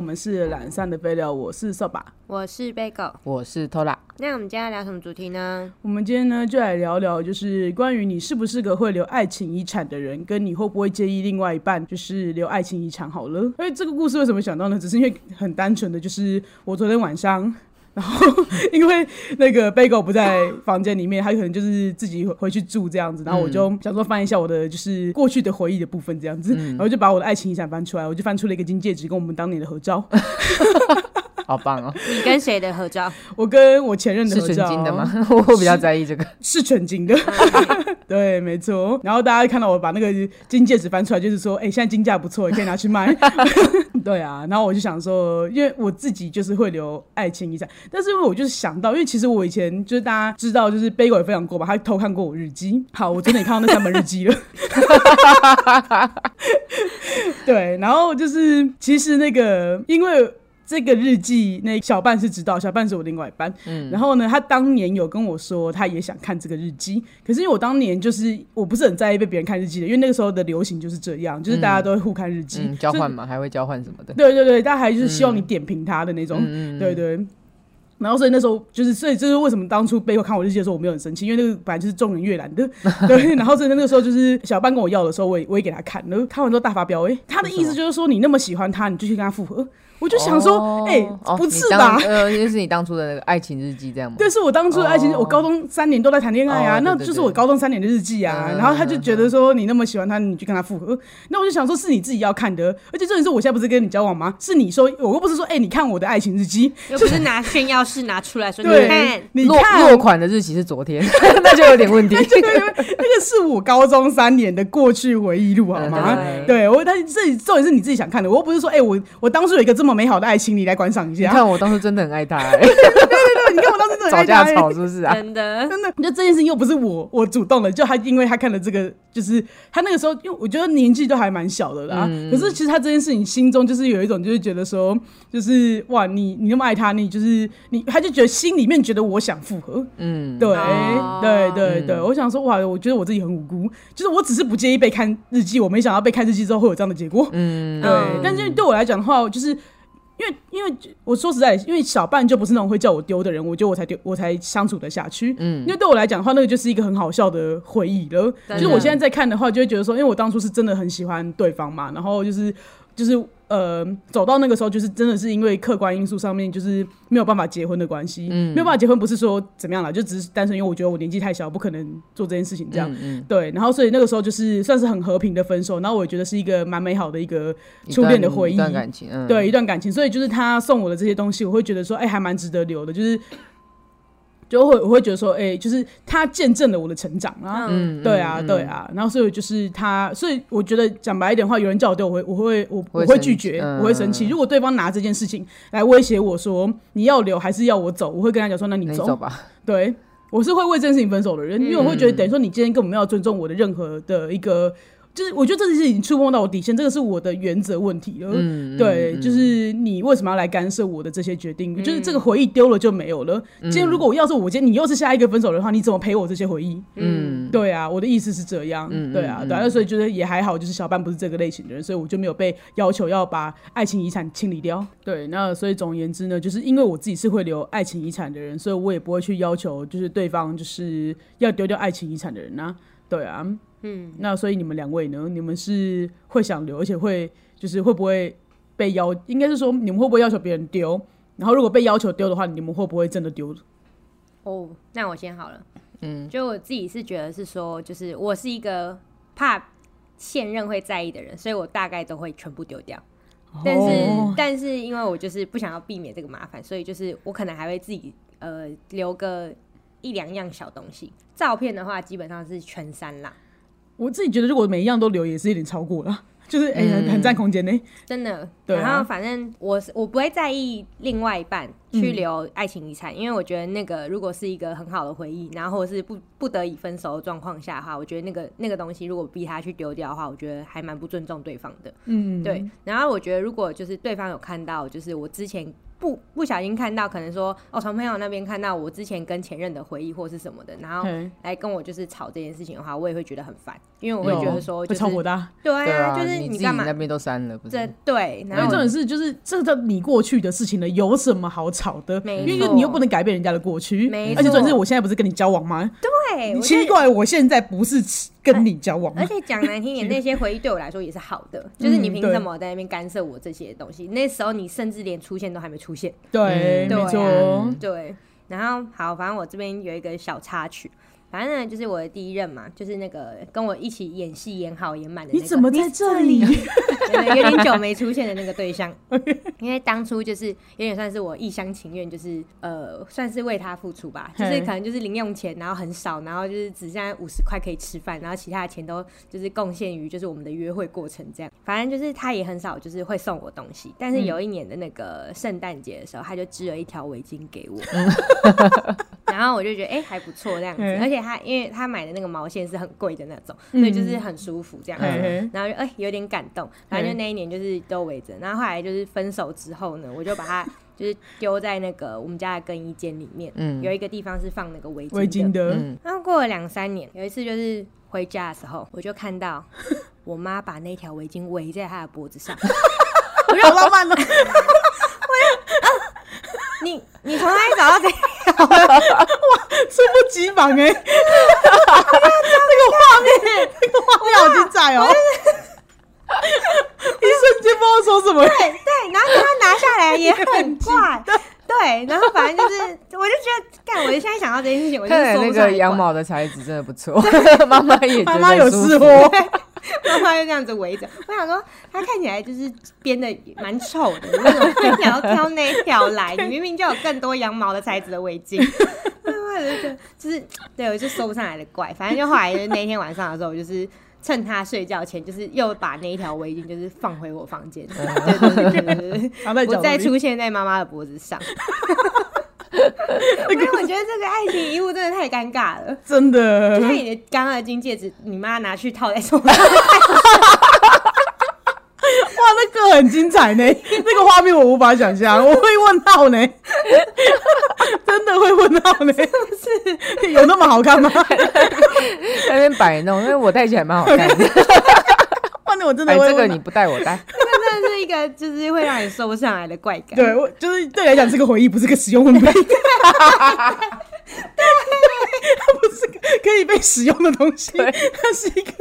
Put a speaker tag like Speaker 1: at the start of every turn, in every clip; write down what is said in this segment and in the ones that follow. Speaker 1: 们是懒散的废料，我是扫把。
Speaker 2: 我是 Bagel。
Speaker 3: 我是 Tola，
Speaker 2: 那我们今天要聊什么主题呢？
Speaker 1: 我们今天呢，就来聊聊，就是关于你是不是个会留爱情遗产的人，跟你会不会介意另外一半就是留爱情遗产好了。因为这个故事为什么想到呢？只是因为很单纯的就是我昨天晚上。然 后，因为那个 Bagel 不在房间里面，他可能就是自己回去住这样子。然
Speaker 3: 嗯
Speaker 1: 后我就想说翻一下我的就是过去的回忆的部分这样
Speaker 3: 嗯
Speaker 1: 子，然后就把我的爱情遗产翻出来，我就翻出了一个金戒指，跟我们当年的合照。
Speaker 3: 好棒 哦！
Speaker 2: 你跟谁的合照？
Speaker 1: 我跟我前任的
Speaker 3: 是
Speaker 1: 合
Speaker 3: 纯
Speaker 1: 照，
Speaker 3: 金的吗？ 我我比较在意这个。
Speaker 1: 是全金的， 对，没错。然后大家看到我把那个金戒指翻出来，就是说，哎、现在金价不错，也可以拿去卖。对啊，然后我就想说，因为我自己就是会留爱情遗产，但是因为我就是想到，因为其实我以前就是大家知道，就是 Bagel 也分享过吧，他偷看过我日记。好，我真的也看到那三本日记了。 对，然后就是其实那个因为。这个日记，那小半是知道，小半是我另外一半。嗯，然后呢，他当年有跟我说，他也想看这个日记，可是因为我当年就是我不是很在意被别人看日记的，因为那个时候的流行就是这样， 就是大家都会互看日记，
Speaker 3: 嗯，交
Speaker 1: 所以
Speaker 3: 换嘛，还会交换什么的。 嗯
Speaker 1: 对对对，但还就是希望你点评他的那种，嗯对对。然后所以那时候就是，所以这是为什么当初背后看我日记的时候我没有很生气，因为那个本来就是众人阅览 的，对。然后所以那个时候就是小班跟我要的时候，我也我也给他看，然后看完之后大发飙，哎、他的意思就是说你那么喜欢他，你就去跟他复合。我就想说，
Speaker 3: 哦
Speaker 1: 哎、
Speaker 3: 哦
Speaker 1: 不
Speaker 3: 你
Speaker 1: 是
Speaker 3: 当
Speaker 1: 吧？
Speaker 3: 呃，就是你当初的那个爱情日记这样吗？
Speaker 1: 对，是我当初的爱情，
Speaker 3: 哦
Speaker 1: 我高中三年都在谈恋爱啊，
Speaker 3: 哦对
Speaker 1: 那
Speaker 3: 对
Speaker 1: 就是
Speaker 3: 对
Speaker 1: 我高中三年的日记啊。
Speaker 3: 嗯
Speaker 1: 然后他就觉得说你那么喜欢他，你去跟他复合，那我就想说是你自己要看的，而且这点是我现在不是跟你交往吗？是你说，我又不是说，哎、你看我的爱情日记，
Speaker 2: 又不是拿炫耀式拿出来说，你看
Speaker 1: 对，，你
Speaker 3: 落
Speaker 1: 看，
Speaker 3: 落款的日期是昨天， 那就有 点问题。
Speaker 1: 那个是我高中三年的过去回忆录，好吗？
Speaker 3: 嗯
Speaker 2: 对
Speaker 1: 对我，但是这里重点是你自己想看的，我又不是说，哎、我我当初有一个这么美好的爱情，你来观赏一
Speaker 3: 你
Speaker 1: 下。
Speaker 3: 看我当初真的很爱他， 哎
Speaker 1: 你看我当时 真的
Speaker 3: 吵
Speaker 1: 啊爱他、
Speaker 3: 架
Speaker 1: 哎
Speaker 3: 吵是不是啊？
Speaker 2: 真的，
Speaker 1: 真的，就这件事情又不是我我主动的，就他因为他看了这个，就是他那个时候，因为我觉得年纪都还蛮小的啦、可是其实他这件事情心中就是有一种，就是觉得说，就是哇，你你那么爱他，你就是你，他就觉得心里面觉得我想复合，
Speaker 3: 嗯，
Speaker 1: 对、
Speaker 2: 哦
Speaker 1: 对对
Speaker 3: 嗯
Speaker 1: 对，我想说哇，我觉得我自己很无辜，就是我只是不介意被看日记，我没想到被看日记之后会有这样的结果，
Speaker 3: 嗯，
Speaker 1: 对，但是对我来讲的话，就是。因为因为我说实在，因为小半就不是那种会叫我丢的人，我觉得我才丢，我才相处得下去。嗯，因为对我来讲的话，那个就是一个很好笑的回忆了。
Speaker 2: 真的
Speaker 1: 就是我现在在看的话，就会觉得说，因为我当初是真的很喜欢对方嘛，然后就是就是呃，走到那个时候，就是真的是因为客观因素上面，就是没有办法结婚的关系。嗯，没有办法结婚不是说怎么样啦，就只是单纯因为我觉得我年纪太小，不可能做这件事情这样。
Speaker 3: 嗯，
Speaker 1: 对，然后所以那个时候就是算是很和平的分手，然后我也觉得是一个蛮美好的一个
Speaker 3: 嗯
Speaker 1: 初恋的回忆
Speaker 3: 一，段一段感情，嗯，
Speaker 1: 对一段感情，所以就是他送我的这些东西，我会觉得说，哎、还蛮值得留的，就是就会我会觉得说，哎、就是他见证了我的成长啊，
Speaker 2: 嗯，
Speaker 1: 对啊，对啊，然后所以就是他，所以我觉得讲白一点的话，有人叫我丢，我会我会我
Speaker 3: 会
Speaker 1: 我会
Speaker 3: 生
Speaker 1: 拒
Speaker 3: 气
Speaker 1: 绝，
Speaker 3: 嗯
Speaker 1: 我会生气。如果对方拿这件事情来威胁我说你要留还是要我走，我会跟他讲说，那你
Speaker 3: 那你
Speaker 1: 走
Speaker 3: 走吧，嗯
Speaker 1: 对，我是会为这件事情分手的人，因为我会觉得，等于说你今天根本没有尊重我的任何的一个，就是我觉得这件事情触碰到我底线，这个是我的原则问题了。
Speaker 3: 嗯，嗯
Speaker 1: 对，就是你为什么要来干涉我的这些决定？就是这个回忆丢了就没有了。今天如果我要是我今天你又是下一个分手的话，你怎么赔我这些回忆？
Speaker 3: 嗯，
Speaker 1: 对啊，我的意思是这样。对啊，对啊，所以觉得也还好，就是小半不是这个类型的人，所以我就没有被要求要把爱情遗产清理掉。对，那所以总而言之呢，就是因为我自己是会留爱情遗产的人，所以我也不会去要求就是对方就是要丢掉爱情遗产的人啊。对啊，嗯，那所以你们两位呢？你们是会想留，而且会就是会不会被要？应该是说你们会不会要求别人丢？然后如果被要求丢的话，你们会不会真的丢？
Speaker 2: 哦，那我先好了。嗯，就我自己是觉得是说，就是我是一个怕现任会在意的人，所以我大概都会全部丢掉。但是、
Speaker 1: 哦
Speaker 2: 但是因为我就是不想要避免这个麻烦，所以就是我可能还会自己呃留个一两样小东西。照片的话，基本上是全删啦，
Speaker 1: 我自己觉得，如果每一样都留，也是有点超过了， 就是哎、很很占空间呢、
Speaker 2: 真的。
Speaker 1: 对啊
Speaker 2: 然后反正我是我不会在意另外一半去留嗯爱情遗产，因为我觉得那个如果是一个很好的回忆，然后或者是不不得已分手的状况下的话，我觉得那个那个东西如果逼他去丢掉的话，我觉得还蛮不尊重对方的。
Speaker 1: 嗯，
Speaker 2: 对，然后我觉得如果就是对方有看到，就是我之前。不不小心看到，可能说哦，从朋友那边看到我之前跟前任的回忆或是什么的，然后
Speaker 1: 嘿
Speaker 2: 来跟我就是吵这件事情的话，我也会觉得很烦，因为我会觉得说
Speaker 1: 会
Speaker 2: 就是
Speaker 1: 超火大。
Speaker 2: 对
Speaker 3: 对
Speaker 2: 啊，
Speaker 3: 啊，
Speaker 2: 就是
Speaker 3: 你自己
Speaker 2: 干嘛
Speaker 3: 那？边都删了，不
Speaker 2: 这
Speaker 3: 是？
Speaker 2: 对，
Speaker 1: 因为
Speaker 2: 然
Speaker 1: 重
Speaker 2: 后
Speaker 1: 点是，就是这个你过去的事情了，有什么好吵的？
Speaker 2: 没
Speaker 1: 因为
Speaker 2: 错
Speaker 1: 你又不能改变人家的过去，
Speaker 2: 没
Speaker 1: 而且重点是
Speaker 2: 错
Speaker 1: 我现在不是跟你交往吗？
Speaker 2: 对，
Speaker 1: 你
Speaker 2: 我哎
Speaker 1: 奇
Speaker 2: 就
Speaker 1: 怪，我现在不是跟你交往吗
Speaker 2: 而？且讲难听点，那些回忆对我来说也是好
Speaker 1: 嗯
Speaker 2: 的，就是你凭什么在那边干涉我这些东西？那时候你甚至连出现都还没出现，
Speaker 1: 对，没
Speaker 3: 嗯
Speaker 2: 对啊
Speaker 1: 错，
Speaker 2: 对，然后好，反正我这边有一个小插曲，反正呢就是我的第一任嘛，就是那个跟我一起演戏演好演满的、那
Speaker 1: 你
Speaker 2: 个，
Speaker 1: 怎么在这里？
Speaker 2: 对有点久没出现的那个对象？因为当初就是有点算是我一厢情愿，就是呃，算是为他付出吧，就是
Speaker 1: 嘿
Speaker 2: 可能就是零用钱，然后很少，然后就是只剩下五十块可以吃饭，然后其他的钱都就是贡献于就是我们的约会过程这样。反正就是他也很少就是会送我东西，但是有一年的那个圣诞节的时候，他就织了一条围巾给我。然后我就觉得哎、还不错这样子，
Speaker 1: 嗯
Speaker 2: 而且他因为他买的那个毛线是很贵的那种，所以
Speaker 1: 嗯
Speaker 2: 就是很舒服这样子。
Speaker 1: 嘿嘿
Speaker 2: 然后就哎、有点感动，反
Speaker 1: 嗯
Speaker 2: 正就那一年就是都围着。然后后来就是分手之后呢，我就把它就是丢在那个我们家的更衣间里面，
Speaker 3: 嗯
Speaker 2: 有一个地方是放那个围巾
Speaker 1: 围巾
Speaker 2: 的。
Speaker 1: 的，
Speaker 3: 嗯，
Speaker 2: 然后过了两三年，有一次就是回家的时候，我就看到我妈把那条围巾围在她的脖 子上。
Speaker 1: 好浪漫 哦！
Speaker 2: 啊你你从哪里找到这？
Speaker 1: 猝不及防哎、那个画面，那个画面好精彩 哦！一瞬间不知道说什
Speaker 3: 哎
Speaker 1: 么，
Speaker 2: 对对，然后她拿下来也很怪。 对，然后反正就是，我就觉得，干，我现在想到这件事情，我就
Speaker 3: 看
Speaker 2: 是
Speaker 3: 来
Speaker 2: 说
Speaker 3: 那
Speaker 2: 不出来
Speaker 3: 个
Speaker 2: 怪
Speaker 3: 羊毛的材质真的 不错， 妈妈也觉得
Speaker 1: 妈妈有
Speaker 3: 舒
Speaker 1: 事
Speaker 3: 服
Speaker 1: 哦。
Speaker 2: 然后他就这样子围着。我想说，他看起来就是编的蛮丑的，你为什么会想要挑那一条 来？你明明就有更多羊毛的材质的围 巾。我就觉得就是对，我就说不上来的怪。反正就后来就是那天晚上的时候，我就是。趁他睡觉前，就是又把那一条围巾就是放回我房间， 对对对对对对对
Speaker 1: 然后在
Speaker 2: 不
Speaker 1: 角
Speaker 2: 再
Speaker 1: 落
Speaker 2: 出现在妈妈的脖子上。因为我觉得这个爱情遗物真的太尴尬了。
Speaker 1: 真的
Speaker 2: 就，是你的干二金戒指，你妈拿去套在手上，
Speaker 1: 哇，那个很精彩呢，那个画面我无法想象，我会问号 呢，真的会问号呢，是有那么好看吗？
Speaker 3: 在那边摆弄，因为我戴起来蛮好 看的。
Speaker 1: 哇，那我真的
Speaker 3: 哎，
Speaker 1: 会
Speaker 3: 这个
Speaker 1: 问
Speaker 3: 你不戴我 戴，
Speaker 2: 真的是一个就是会让你说不上来的怪感。
Speaker 1: 对我就是对你来讲是个回忆，不是个使用品。对， 它不是个可以被使用的东西，
Speaker 3: 对
Speaker 1: 它是一个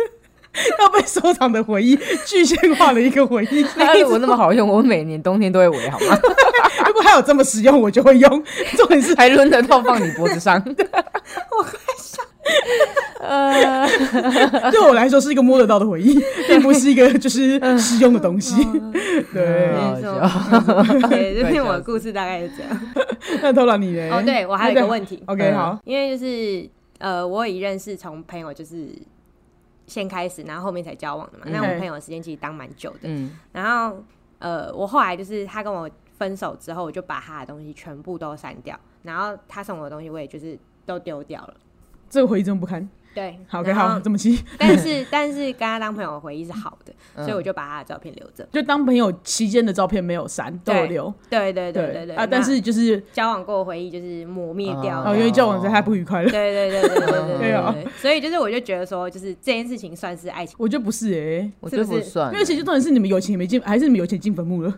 Speaker 1: 要被收藏的回忆，具现化的一个回忆。
Speaker 3: 那如果那么好用，我每年冬天都会围，好吗？
Speaker 1: 如果它有这么实用，我就会用。重点是，
Speaker 3: 还轮得到放你脖 子上？ 呃
Speaker 1: 对我来说是一个摸得到的回忆，并不是一个就是实用的东西。
Speaker 2: 嗯
Speaker 1: 对，
Speaker 3: 好
Speaker 2: 没错
Speaker 3: 笑
Speaker 2: 对，这
Speaker 3: 怪
Speaker 2: 篇
Speaker 3: 笑
Speaker 2: 我的
Speaker 3: 死
Speaker 2: 故事大概是这样。
Speaker 1: 那偷懒你嘞？
Speaker 2: 哦，对我还有一个问题，
Speaker 1: OK，
Speaker 3: 嗯
Speaker 1: 好，
Speaker 2: 因为就是呃，我有一任是从朋友就是先开始，然后后面才交往的嘛。那我们
Speaker 1: 嗯
Speaker 2: 朋友的时间其实当蛮久的，
Speaker 3: 嗯，
Speaker 2: 然后呃，我后来就是他跟我分手之后，我就把他的东西全部都删掉，然后他送我的东西我也就是都丢掉了。
Speaker 1: 这个回忆真不堪。
Speaker 2: 对，
Speaker 1: 好，OK，
Speaker 2: 然后
Speaker 1: 好，这么细，
Speaker 2: 但是但是跟他当朋友的回忆是好的，所以我就把他的照片留着。
Speaker 1: 就当朋友期间的照片没有删，都有
Speaker 2: 对
Speaker 1: 留。
Speaker 2: 对对对对对
Speaker 1: 啊，但
Speaker 2: 那
Speaker 1: 是就是
Speaker 2: 交往过的回忆就是磨灭掉
Speaker 3: 哦
Speaker 2: 了
Speaker 1: 哦，因为交往实在太不愉快了。
Speaker 2: 对对对对对对
Speaker 1: 对啊
Speaker 2: 对对，所以就是我就觉得说，就是这件事情算是爱情
Speaker 1: 我觉得不是哎、
Speaker 3: 我觉得
Speaker 2: 是
Speaker 3: 不
Speaker 2: 不是
Speaker 3: 算
Speaker 1: 因，为其实重点是你们友情也没进，还是你们友情进坟墓了？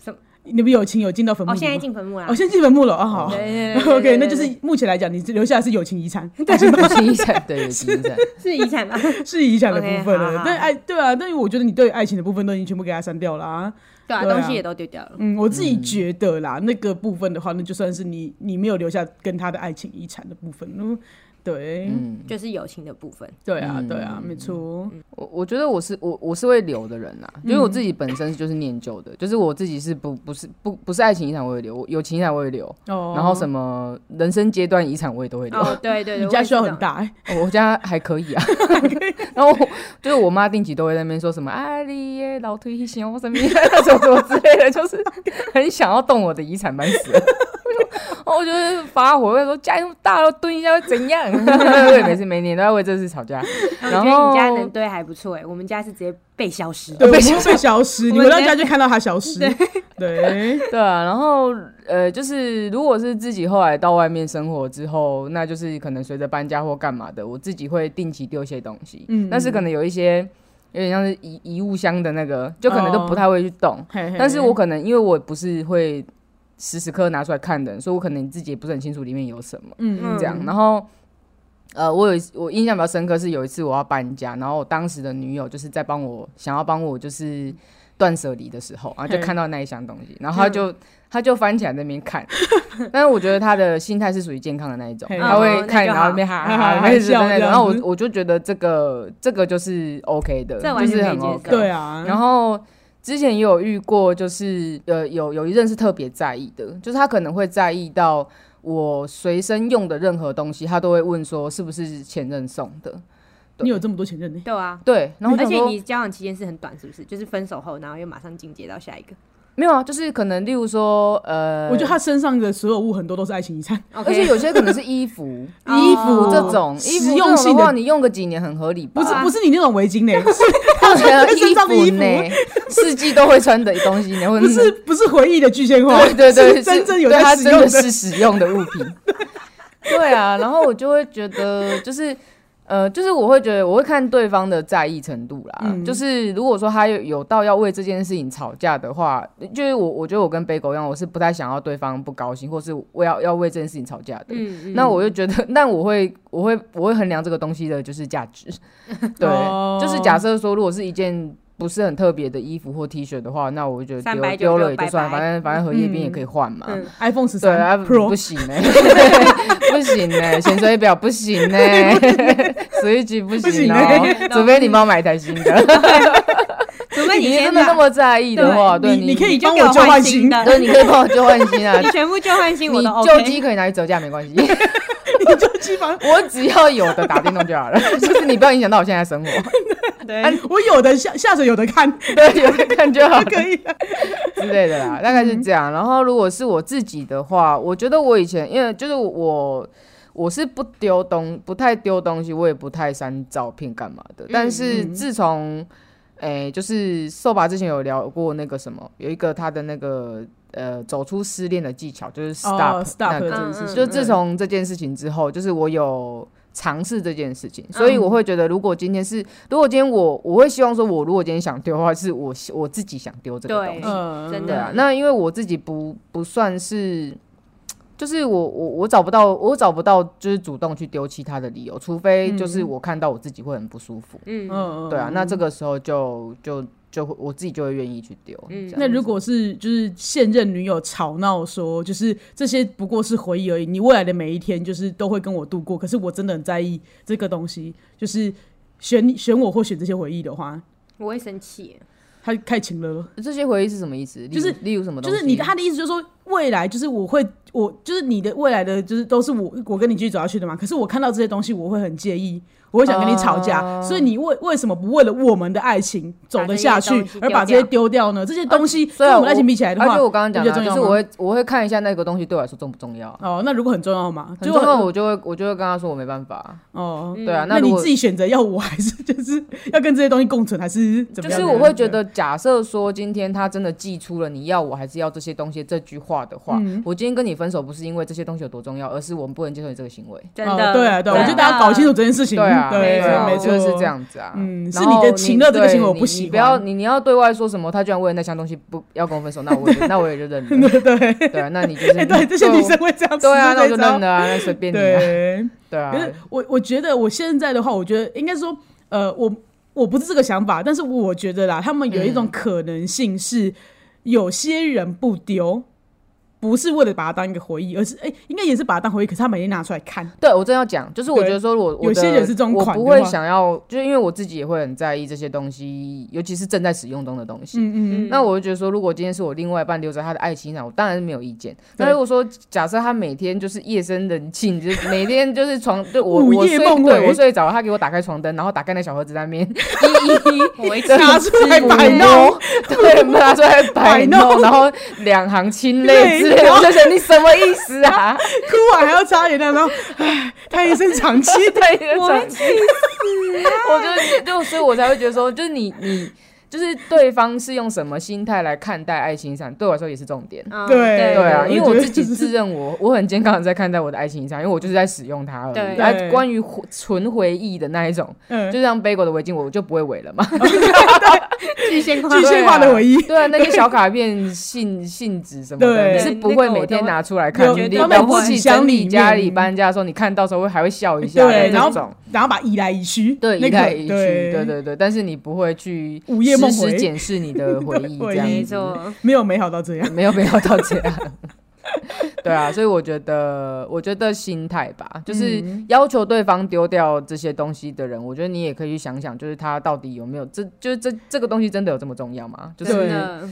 Speaker 2: 什么？
Speaker 1: 你们友情有进到坟墓
Speaker 2: 哦，
Speaker 1: 里吗？
Speaker 2: 现在进坟墓啦
Speaker 1: 哦，。现在进坟墓了啊、哦！好
Speaker 2: 对 对对对
Speaker 1: ，OK，
Speaker 2: 对对
Speaker 1: 那
Speaker 2: 对
Speaker 1: 就是目前来讲，你留下的是友情遗产，
Speaker 3: 不是遗产，对，有遗产。
Speaker 2: 是遗产吧？
Speaker 1: 是遗产的部
Speaker 2: OK，
Speaker 1: 分
Speaker 2: 好
Speaker 1: 了。
Speaker 2: 好
Speaker 1: 但爱对啊，但是我觉得你对爱情的部分都已经全部给它删掉了啊。
Speaker 2: 对啊，
Speaker 1: 对啊
Speaker 2: 东西也都丢掉了。
Speaker 1: 嗯，我自己觉得啦，那个部分的话，那就算是你你没有留下跟他的爱情遗产的部分。嗯，对，
Speaker 3: 嗯，
Speaker 2: 就是友情的部分，
Speaker 1: 对啊，对啊，
Speaker 3: 嗯
Speaker 1: 没错。
Speaker 3: 我我觉得我是我我是会留的人啦，因为我自己本身就是念旧的，就是我自己是不不是不不是爱情遗产我会留，我友情遗产我会留，
Speaker 1: 哦，
Speaker 3: 然后什么人生阶段遗产我也都会留。
Speaker 2: 哦，对对对，
Speaker 1: 你
Speaker 2: 我
Speaker 1: 家
Speaker 2: 也
Speaker 1: 需要
Speaker 2: 是
Speaker 1: 很
Speaker 2: 这样，
Speaker 1: 大、欸，
Speaker 3: 哦我家还可以啊， 然后我就是我妈定期都会在那边说什么啊，你耶老推想 我什么什么什么之类的，就是很想要动我的遗产，蛮死的。我说后我就会发火，我就说家里那么大了，蹲一下会怎样？ 对，每次每年都要为这事吵架。
Speaker 2: 我
Speaker 3: 然
Speaker 2: 觉得
Speaker 3: 后
Speaker 2: 你家能堆还不错哎、我们家是直接被消失
Speaker 1: 对，
Speaker 2: 的。
Speaker 1: 我们会呃消失，你回到
Speaker 2: 我们
Speaker 1: 家就看到它消失。 对，
Speaker 3: 对啊，然后呃，就是如果是自己后来到外面生活之后，那就是可能随着搬家或干嘛的，我自己会定期丢一些东西，
Speaker 1: 嗯
Speaker 3: 但是可能有一些有点像是遗遗物箱的那个，就可能
Speaker 1: 哦
Speaker 3: 都不太会去动。
Speaker 2: 嗯
Speaker 1: 嘿嘿
Speaker 3: 但是我可能因为我不是会时时刻刻拿出来看的人，所以我可能自己也不是很清楚里面有什么。
Speaker 1: 嗯
Speaker 2: 嗯
Speaker 3: 这样。然后，呃，我有一我印象比较深刻是有一次我要搬家，然后我当时的女友就是在帮我想要帮我就是断舍离的时候，然后就
Speaker 1: 嘿
Speaker 3: 看到那一箱东西，然
Speaker 2: 嗯
Speaker 3: 后她就。她就翻起来在那边 看，但是我觉得她的心态是属于健康的那一种，
Speaker 1: 嘿
Speaker 3: 她
Speaker 2: 哦
Speaker 3: 会
Speaker 2: 那
Speaker 3: 看，
Speaker 2: 就
Speaker 3: 然后
Speaker 2: 好
Speaker 3: 那边哈
Speaker 1: 哈
Speaker 3: 哈哈
Speaker 1: 哈
Speaker 3: 哈，一直
Speaker 1: 笑
Speaker 3: 在那
Speaker 1: 这
Speaker 3: 种然后我
Speaker 1: 样子
Speaker 3: 我就觉得这个这个就是 OK 的，
Speaker 2: 这完
Speaker 3: 就
Speaker 2: 全
Speaker 3: 是
Speaker 2: 可以
Speaker 3: 很
Speaker 2: 接
Speaker 3: OK。
Speaker 1: 对啊，
Speaker 3: 然后之前也有遇过，就是呃有有一任是特别在意的，就是他可能会在意到我随身用的任何东西，他都会问说是不是前任送的。
Speaker 1: 你有这么多前任呢？
Speaker 2: 对啊，
Speaker 3: 对，然后
Speaker 1: 嗯
Speaker 3: 我
Speaker 2: 而
Speaker 3: 想
Speaker 2: 且
Speaker 3: 说
Speaker 2: 你交往期间是很短，是不是？就是分手后，然后又马上进阶到下一个。
Speaker 3: 没有啊，就是可能例如说呃，
Speaker 1: 我觉得他身上的所有物很多都是爱情遗产，
Speaker 2: OK，。
Speaker 3: 而且有些可能是衣服
Speaker 2: 衣服
Speaker 3: 哦这种衣
Speaker 1: 啊哦
Speaker 3: 服
Speaker 1: 实
Speaker 3: 这
Speaker 1: 用
Speaker 3: 种
Speaker 1: 性
Speaker 3: 的话，啊
Speaker 1: 的，
Speaker 3: 你用个几年很合理
Speaker 1: 不
Speaker 3: 吧？
Speaker 1: 是不是你那种围巾呢，是
Speaker 3: 他觉得
Speaker 1: 身
Speaker 3: 衣
Speaker 1: 上的
Speaker 3: 服
Speaker 1: 衣服
Speaker 3: 呢，四季都会穿的东西呢，或者
Speaker 1: 不是不是回忆的具象化，
Speaker 3: 对对对，
Speaker 1: 是
Speaker 3: 是
Speaker 1: 真正有
Speaker 3: 对
Speaker 1: 在
Speaker 3: 它
Speaker 1: 使
Speaker 3: 真
Speaker 1: 用
Speaker 3: 的是使用的物 品。对啊，然后我就会觉得，就是呃，就是我会觉得，我会看对方的在意程度啦。
Speaker 1: 嗯
Speaker 3: 就是如果说他有有到要为这件事情吵架的话，就是我我觉得我跟贝狗一样，我是不太想要对方不高兴，或是我要要为这件事情吵架的。
Speaker 2: 嗯，嗯
Speaker 3: 那我就觉得， 那我会，我会，我会衡量这个东西的就是价 值。对，
Speaker 1: 哦
Speaker 3: 就是假设说，如果是一件不是很特别的衣服或 T 恤的话，那我就觉得丢
Speaker 2: 399
Speaker 3: 丢了也就算了，
Speaker 2: 拜拜
Speaker 3: 反正反正荷叶边也可以换嘛。
Speaker 2: 嗯
Speaker 1: iPhone 十
Speaker 3: 对啊，
Speaker 1: 三
Speaker 3: 不
Speaker 1: Pro
Speaker 3: 行呢、不行欸 呢、潜水表不行呢、水举不行哦、
Speaker 1: 不
Speaker 2: 行欸
Speaker 3: 除非你帮我买一台新
Speaker 2: 啊
Speaker 3: 的。
Speaker 2: 除非
Speaker 3: 你
Speaker 2: 你先
Speaker 3: 真的那
Speaker 2: 把，
Speaker 3: 么在意的话，对
Speaker 1: 你你可以
Speaker 2: 你就
Speaker 1: 帮
Speaker 2: 给
Speaker 1: 我
Speaker 2: 我
Speaker 1: 交换
Speaker 2: 换
Speaker 1: 新
Speaker 2: 新
Speaker 1: 的，
Speaker 2: 的，
Speaker 3: 对，你可以帮我旧换新啊
Speaker 2: 你。全部旧换新我
Speaker 3: 你
Speaker 2: 都
Speaker 3: 旧
Speaker 2: OK。
Speaker 3: 机可以拿去折价，没关 系。
Speaker 1: 你就基 本上
Speaker 3: 我只要有的打电动就 好了，就是你不要影响到我现在的生活。
Speaker 2: 对，
Speaker 3: 哎
Speaker 1: 我有的下下着有的看，
Speaker 3: 对，有的看就好
Speaker 1: 可 以哦了。
Speaker 3: 之类的啦，大概是这样。然后如果是我自己的话，我觉得我以前因为就是我我是不丢东，不太丢东西，我也不太删照片干嘛
Speaker 1: 嗯
Speaker 3: 的。但是自从诶、就是瘦吧之前有聊过那个什么，有一个他的那个呃走出失恋的技巧，就是 stop、
Speaker 1: 哦 stop
Speaker 3: 那个
Speaker 1: 这件事
Speaker 2: 嗯
Speaker 1: 情，
Speaker 3: 就自从这件事情之后，就是我有尝试这件事情，所以
Speaker 1: 嗯
Speaker 3: 我会觉得，如果今天是，如果今天我，我会希望说，我如果今天想丢的话，是我希我自己想丢这个
Speaker 2: 对
Speaker 3: 东西。
Speaker 1: 嗯
Speaker 2: 真
Speaker 3: 对
Speaker 2: 的
Speaker 3: 啊，那因为我自己不不算是，就是我我我找不到，我找不到就是主动去丢弃它的理由，除非就是我看到我自己会很不舒服。
Speaker 1: 嗯
Speaker 2: 嗯，
Speaker 1: 嗯
Speaker 3: 对啊，那这个时候就就就会我自己就会愿意去丢。
Speaker 2: 嗯
Speaker 3: 这样
Speaker 1: 那如果是就是现任女友吵闹说，就是这些不过是回忆而已，你未来的每一天就是都会跟我度过，可是我真的很在意这个东西，就是选选我或选这些回忆的话，
Speaker 2: 我会生气。
Speaker 1: 他太勤了。
Speaker 3: 这些回忆是什么意思？例
Speaker 1: 就是
Speaker 3: 如例如什么东
Speaker 1: 就
Speaker 3: 西？
Speaker 1: 是你的他的意思就是说，未来就是我会，我就是你的未来的就是都是我我跟你继续走下去的嘛。可是我看到这些东西，我会很介意，我会想跟你吵架。
Speaker 3: 哦
Speaker 1: 所以你为为什么不为了我们的爱情走得下去
Speaker 2: 把这
Speaker 1: 而把这些
Speaker 2: 些东西，丢掉
Speaker 1: 丢掉呢？这些东西
Speaker 3: 哦所
Speaker 1: 跟
Speaker 3: 以
Speaker 1: 我们的爱情比起来的
Speaker 3: 而
Speaker 1: 话
Speaker 3: 且，我刚刚讲
Speaker 1: 比
Speaker 3: 的
Speaker 1: 较重
Speaker 3: 啊，就
Speaker 1: 要
Speaker 3: 是
Speaker 1: 吗
Speaker 3: 我会我会看一下那个东西对我来说重不重要啊。
Speaker 1: 哦，那如果很重要嘛，
Speaker 3: 很
Speaker 1: 就
Speaker 3: 重要，我就会我就会跟他说我没办法。
Speaker 1: 哦。
Speaker 3: 对啊，
Speaker 1: 那
Speaker 3: 如
Speaker 1: 你
Speaker 3: 果
Speaker 1: 自己选择要我还 是就是要跟这些东西共存，还是怎么
Speaker 3: 就
Speaker 1: 样
Speaker 3: 是
Speaker 1: 呢？
Speaker 3: 我会觉得，假设说今天他真的寄出了你要我还是要这些东西这句话的话，
Speaker 1: 嗯
Speaker 3: 我今天跟你分手不是因为这些东西有多重要，而是我们不能接受你这个行为。
Speaker 2: 真
Speaker 1: 哦
Speaker 2: 的，
Speaker 1: 对啊，对啊，我觉得大家搞清楚这件事情，
Speaker 3: 对啊，
Speaker 1: 对，
Speaker 3: 啊
Speaker 1: 没
Speaker 3: 我觉
Speaker 1: 错，
Speaker 3: 得是这。样子啊。
Speaker 1: 嗯
Speaker 3: 然
Speaker 1: 是你的
Speaker 3: 后
Speaker 1: 情乐这个
Speaker 3: 对
Speaker 1: 行为我
Speaker 3: 你
Speaker 1: 不
Speaker 3: 你
Speaker 1: 喜
Speaker 3: 不要
Speaker 1: 欢
Speaker 3: 你你要对外说什么，他居然为了那箱东西不要跟我分手，那我也 就那我也就认了。对对啊，那你就是
Speaker 1: 哎，对，这些女生会这样子，
Speaker 3: 对啊，那
Speaker 1: 这
Speaker 3: 我就
Speaker 1: 招
Speaker 3: 认了啊，那随便你啊。
Speaker 1: 对。
Speaker 3: 对啊
Speaker 1: 可，是我我觉得我现在的话，我觉得应该说，呃，我我不是这个想法，但是我觉得啦，他们有一种可能性是，有些人不丢，不是为了把它当一个回忆，而是哎、应该也是把它当回忆，可是他每天拿出来看，
Speaker 3: 对，我正要讲，就是我
Speaker 1: 对
Speaker 3: 觉得说我，我
Speaker 1: 有些
Speaker 3: 的
Speaker 1: 人是这种
Speaker 3: 我
Speaker 1: 款
Speaker 3: 不
Speaker 1: 的
Speaker 3: 会
Speaker 1: 话
Speaker 3: 想要，就是因为我自己也会很在意这些东西，尤其是正在使用中的东
Speaker 1: 嗯
Speaker 3: 西。
Speaker 1: 嗯，
Speaker 2: 嗯
Speaker 3: 那我就觉得说，如果今天是我另外一半留着他的爱情上，我当然是没有意见。那
Speaker 1: 对
Speaker 3: 如果说假设他每天就是夜深人静，就是每天就是床，对我
Speaker 1: 午
Speaker 3: 我
Speaker 1: 夜
Speaker 3: 睡
Speaker 1: 梦
Speaker 3: 对
Speaker 1: 回
Speaker 3: 我睡着了，他给我打开床灯，然后打开那小盒子在那边一一一
Speaker 2: 我会
Speaker 3: 对
Speaker 1: 拿出来
Speaker 3: 自
Speaker 1: 摆
Speaker 3: 摸
Speaker 1: 弄，
Speaker 3: 对，拿出来摆
Speaker 1: 摆弄
Speaker 3: 弄，然后两行清泪之之类的，我就觉得你什么意思 啊？
Speaker 1: 哭完还要擦眼泪，然后唉，叹一声长气。
Speaker 3: 对，
Speaker 2: 我
Speaker 3: 我
Speaker 2: 会气死 啊！
Speaker 3: 就就所以，我才会觉得说，就是你你就是对方是用什么心态来看待爱情遗产，对我来说也是重点。
Speaker 2: 嗯
Speaker 1: 对
Speaker 3: 对啊，因为
Speaker 1: 我
Speaker 3: 我
Speaker 1: 觉得
Speaker 3: 自己
Speaker 1: 就是
Speaker 3: 自认我我很健康的在看待我的爱情遗产，因为我就是在使用它而
Speaker 2: 对
Speaker 3: 已。那
Speaker 1: 对
Speaker 3: 关于回纯回忆的那一种，
Speaker 1: 嗯，
Speaker 3: 就像 Bagel 的围巾，我就不会围了嘛。
Speaker 2: 巨蟹
Speaker 1: 巨蟹化的回忆。
Speaker 3: 对啊，那些小卡片、信信纸什么的，
Speaker 1: 对
Speaker 3: 你是不会每天拿出来看
Speaker 1: 那。
Speaker 2: 个我
Speaker 3: 你
Speaker 2: 都会
Speaker 3: 了不起
Speaker 1: 放在
Speaker 3: 整理
Speaker 1: 纸箱里面
Speaker 3: 家里搬家的时候，你看到时候会还会笑一下的
Speaker 1: 对，然
Speaker 3: 那
Speaker 1: 后
Speaker 3: 种。
Speaker 1: 然后把移来移去，
Speaker 3: 对，
Speaker 1: 那
Speaker 3: 一
Speaker 1: 个
Speaker 3: 来一去，
Speaker 1: 对
Speaker 3: 对对对，但是你不会去
Speaker 1: 午夜梦
Speaker 3: 时时
Speaker 1: 回
Speaker 3: 检视 你的回忆，
Speaker 1: 对回
Speaker 3: 这
Speaker 1: 忆
Speaker 3: 样
Speaker 2: 没
Speaker 3: 子
Speaker 2: 错，
Speaker 1: 没有美好到这样。
Speaker 3: 没有没有到这样。 对啊，所以我觉得，我觉得心态吧，就是
Speaker 1: 嗯
Speaker 3: 要求对方丢掉这些东西的人，我觉得你也可以去想想，就是他到底有没有这，就是这这个东西真的有这么重要吗？就是
Speaker 2: 真
Speaker 1: 对
Speaker 2: 的，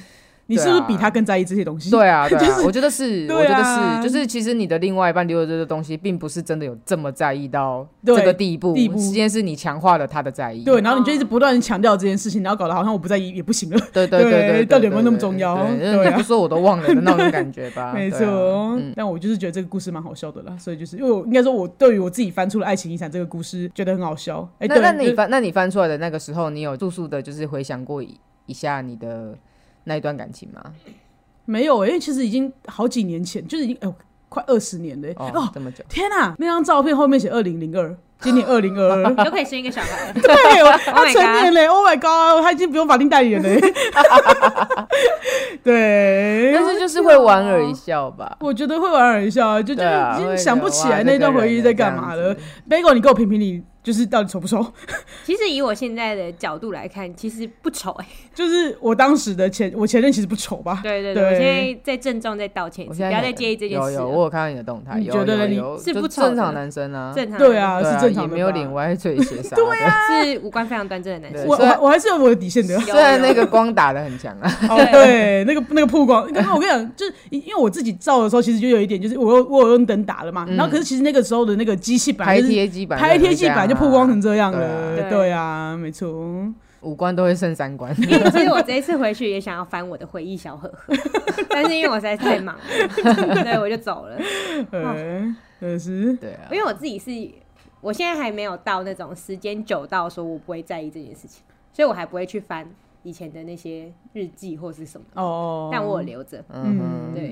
Speaker 1: 你是不是比他更在意这些东西？
Speaker 3: 啊 对啊，对
Speaker 1: 就
Speaker 3: 啊，
Speaker 1: 是
Speaker 3: 我觉得是，
Speaker 1: 对
Speaker 3: 我觉得
Speaker 1: 啊
Speaker 3: 是，就是其实你的另外一半丢的这个东西，并不是真的有这么在意到这
Speaker 1: 对
Speaker 3: 个地步，
Speaker 1: 地步
Speaker 3: 之间是你强化了他的在意。
Speaker 1: 对，然后你就一直
Speaker 3: 啊
Speaker 1: 不断地强调这件事情，然后搞得好像我不在意也不行了。
Speaker 3: 对对对
Speaker 1: 对
Speaker 3: 对，
Speaker 1: 到底有没有
Speaker 3: 对
Speaker 1: 那么
Speaker 3: 对
Speaker 1: 重要
Speaker 3: 对
Speaker 1: 对
Speaker 3: 你
Speaker 1: 啊
Speaker 3: 不说我都忘了的那种感觉 吧。
Speaker 1: 没
Speaker 3: 对啊
Speaker 1: 错
Speaker 3: 嗯，，
Speaker 1: 但我就是觉得这个故事蛮好笑的啦，所以就是因为我应该说，我对于我自己翻出了《爱情遗产》这个故事，觉得很好笑。哎，
Speaker 3: 那
Speaker 1: 对，
Speaker 3: 那你
Speaker 1: 就
Speaker 3: 翻那你翻出来的那个时候，你有速速的，就是回想过一一下你的那一段感情吗？
Speaker 1: 没有、因为其实已经好几年前，就是已经哎呦、快二十年了、哦
Speaker 3: 哦，这么久，
Speaker 1: 天哪、那张照片后面写二零零二，今年二零二二。
Speaker 2: 就可以生一个小孩。
Speaker 1: 对，我
Speaker 2: Oh
Speaker 1: 他
Speaker 2: my
Speaker 1: 成年了，Oh my god，他已经不用法定代理人了。对，
Speaker 3: 但是就是会莞尔一笑吧。
Speaker 1: 我觉得会莞尔一笑，就就
Speaker 3: 对啊
Speaker 1: 已
Speaker 3: 会
Speaker 1: 经想不
Speaker 3: 觉得
Speaker 1: 起
Speaker 3: 哇
Speaker 1: 来
Speaker 3: 这
Speaker 1: 那
Speaker 3: 个
Speaker 1: 段回
Speaker 3: 人
Speaker 1: 忆
Speaker 3: 也
Speaker 1: 在
Speaker 3: 这
Speaker 1: 干
Speaker 3: 样
Speaker 1: 嘛
Speaker 3: 子
Speaker 1: 了。Bagel，你给我评评理，就是到底丑不丑？
Speaker 2: 其实以我现在的角度来看，其实不丑哎。
Speaker 1: 就是我当时的前我前任其实不丑吧？
Speaker 2: 对对
Speaker 1: 对
Speaker 2: 对，我现在在郑重在道歉一
Speaker 3: 我
Speaker 2: 次，
Speaker 3: 现在
Speaker 2: 不要
Speaker 3: 有
Speaker 2: 再介意这件
Speaker 3: 有
Speaker 2: 事
Speaker 3: 有，
Speaker 2: 了。
Speaker 3: 我有看到你的动态，
Speaker 1: 你
Speaker 3: 有
Speaker 1: 觉得
Speaker 3: 有
Speaker 1: 你
Speaker 3: 有
Speaker 2: 是
Speaker 3: 就
Speaker 2: 不丑
Speaker 3: 正
Speaker 2: 的
Speaker 3: 常男生啊，
Speaker 2: 正常
Speaker 1: 对啊，
Speaker 3: 对
Speaker 1: 是
Speaker 3: 啊
Speaker 1: 正常的
Speaker 3: 也
Speaker 1: 吧。
Speaker 3: 没有脸歪嘴斜啥对啊，
Speaker 2: 是五官非常端正的男生
Speaker 3: 对。
Speaker 1: 我我
Speaker 3: 虽然
Speaker 1: 还我还是有我的底 线的。
Speaker 2: 有
Speaker 3: 虽然那个光打的很强啊，
Speaker 1: 哦，对，那个那个曝光，刚刚我跟你讲，就是因为我自己照的时候，其实就有一点，就是我有我有用灯打了嘛，
Speaker 3: 嗯
Speaker 1: 然后可是其实那个时候的那个机器本来
Speaker 3: 拍
Speaker 1: 就是
Speaker 3: 贴基本
Speaker 1: 拍贴器版就曝光成这样
Speaker 2: 对
Speaker 1: 了，
Speaker 2: 啊
Speaker 1: 对啊，没错，
Speaker 3: 五官都会剩三观。
Speaker 2: 因为其实我这一次回去也想要翻我的回忆小盒盒， 但是因为我实在太 忙了，对，我就走了。
Speaker 1: 呃，真的是
Speaker 3: 对啊
Speaker 2: 因，为我自己是，我现在还没有到那种时间久到说我不会在意这件事情，所以我还不会去翻以前的那些日记或是什么，
Speaker 1: 哦，
Speaker 2: 但我有留着。
Speaker 3: 嗯
Speaker 1: 嗯，
Speaker 3: 哼，
Speaker 2: 对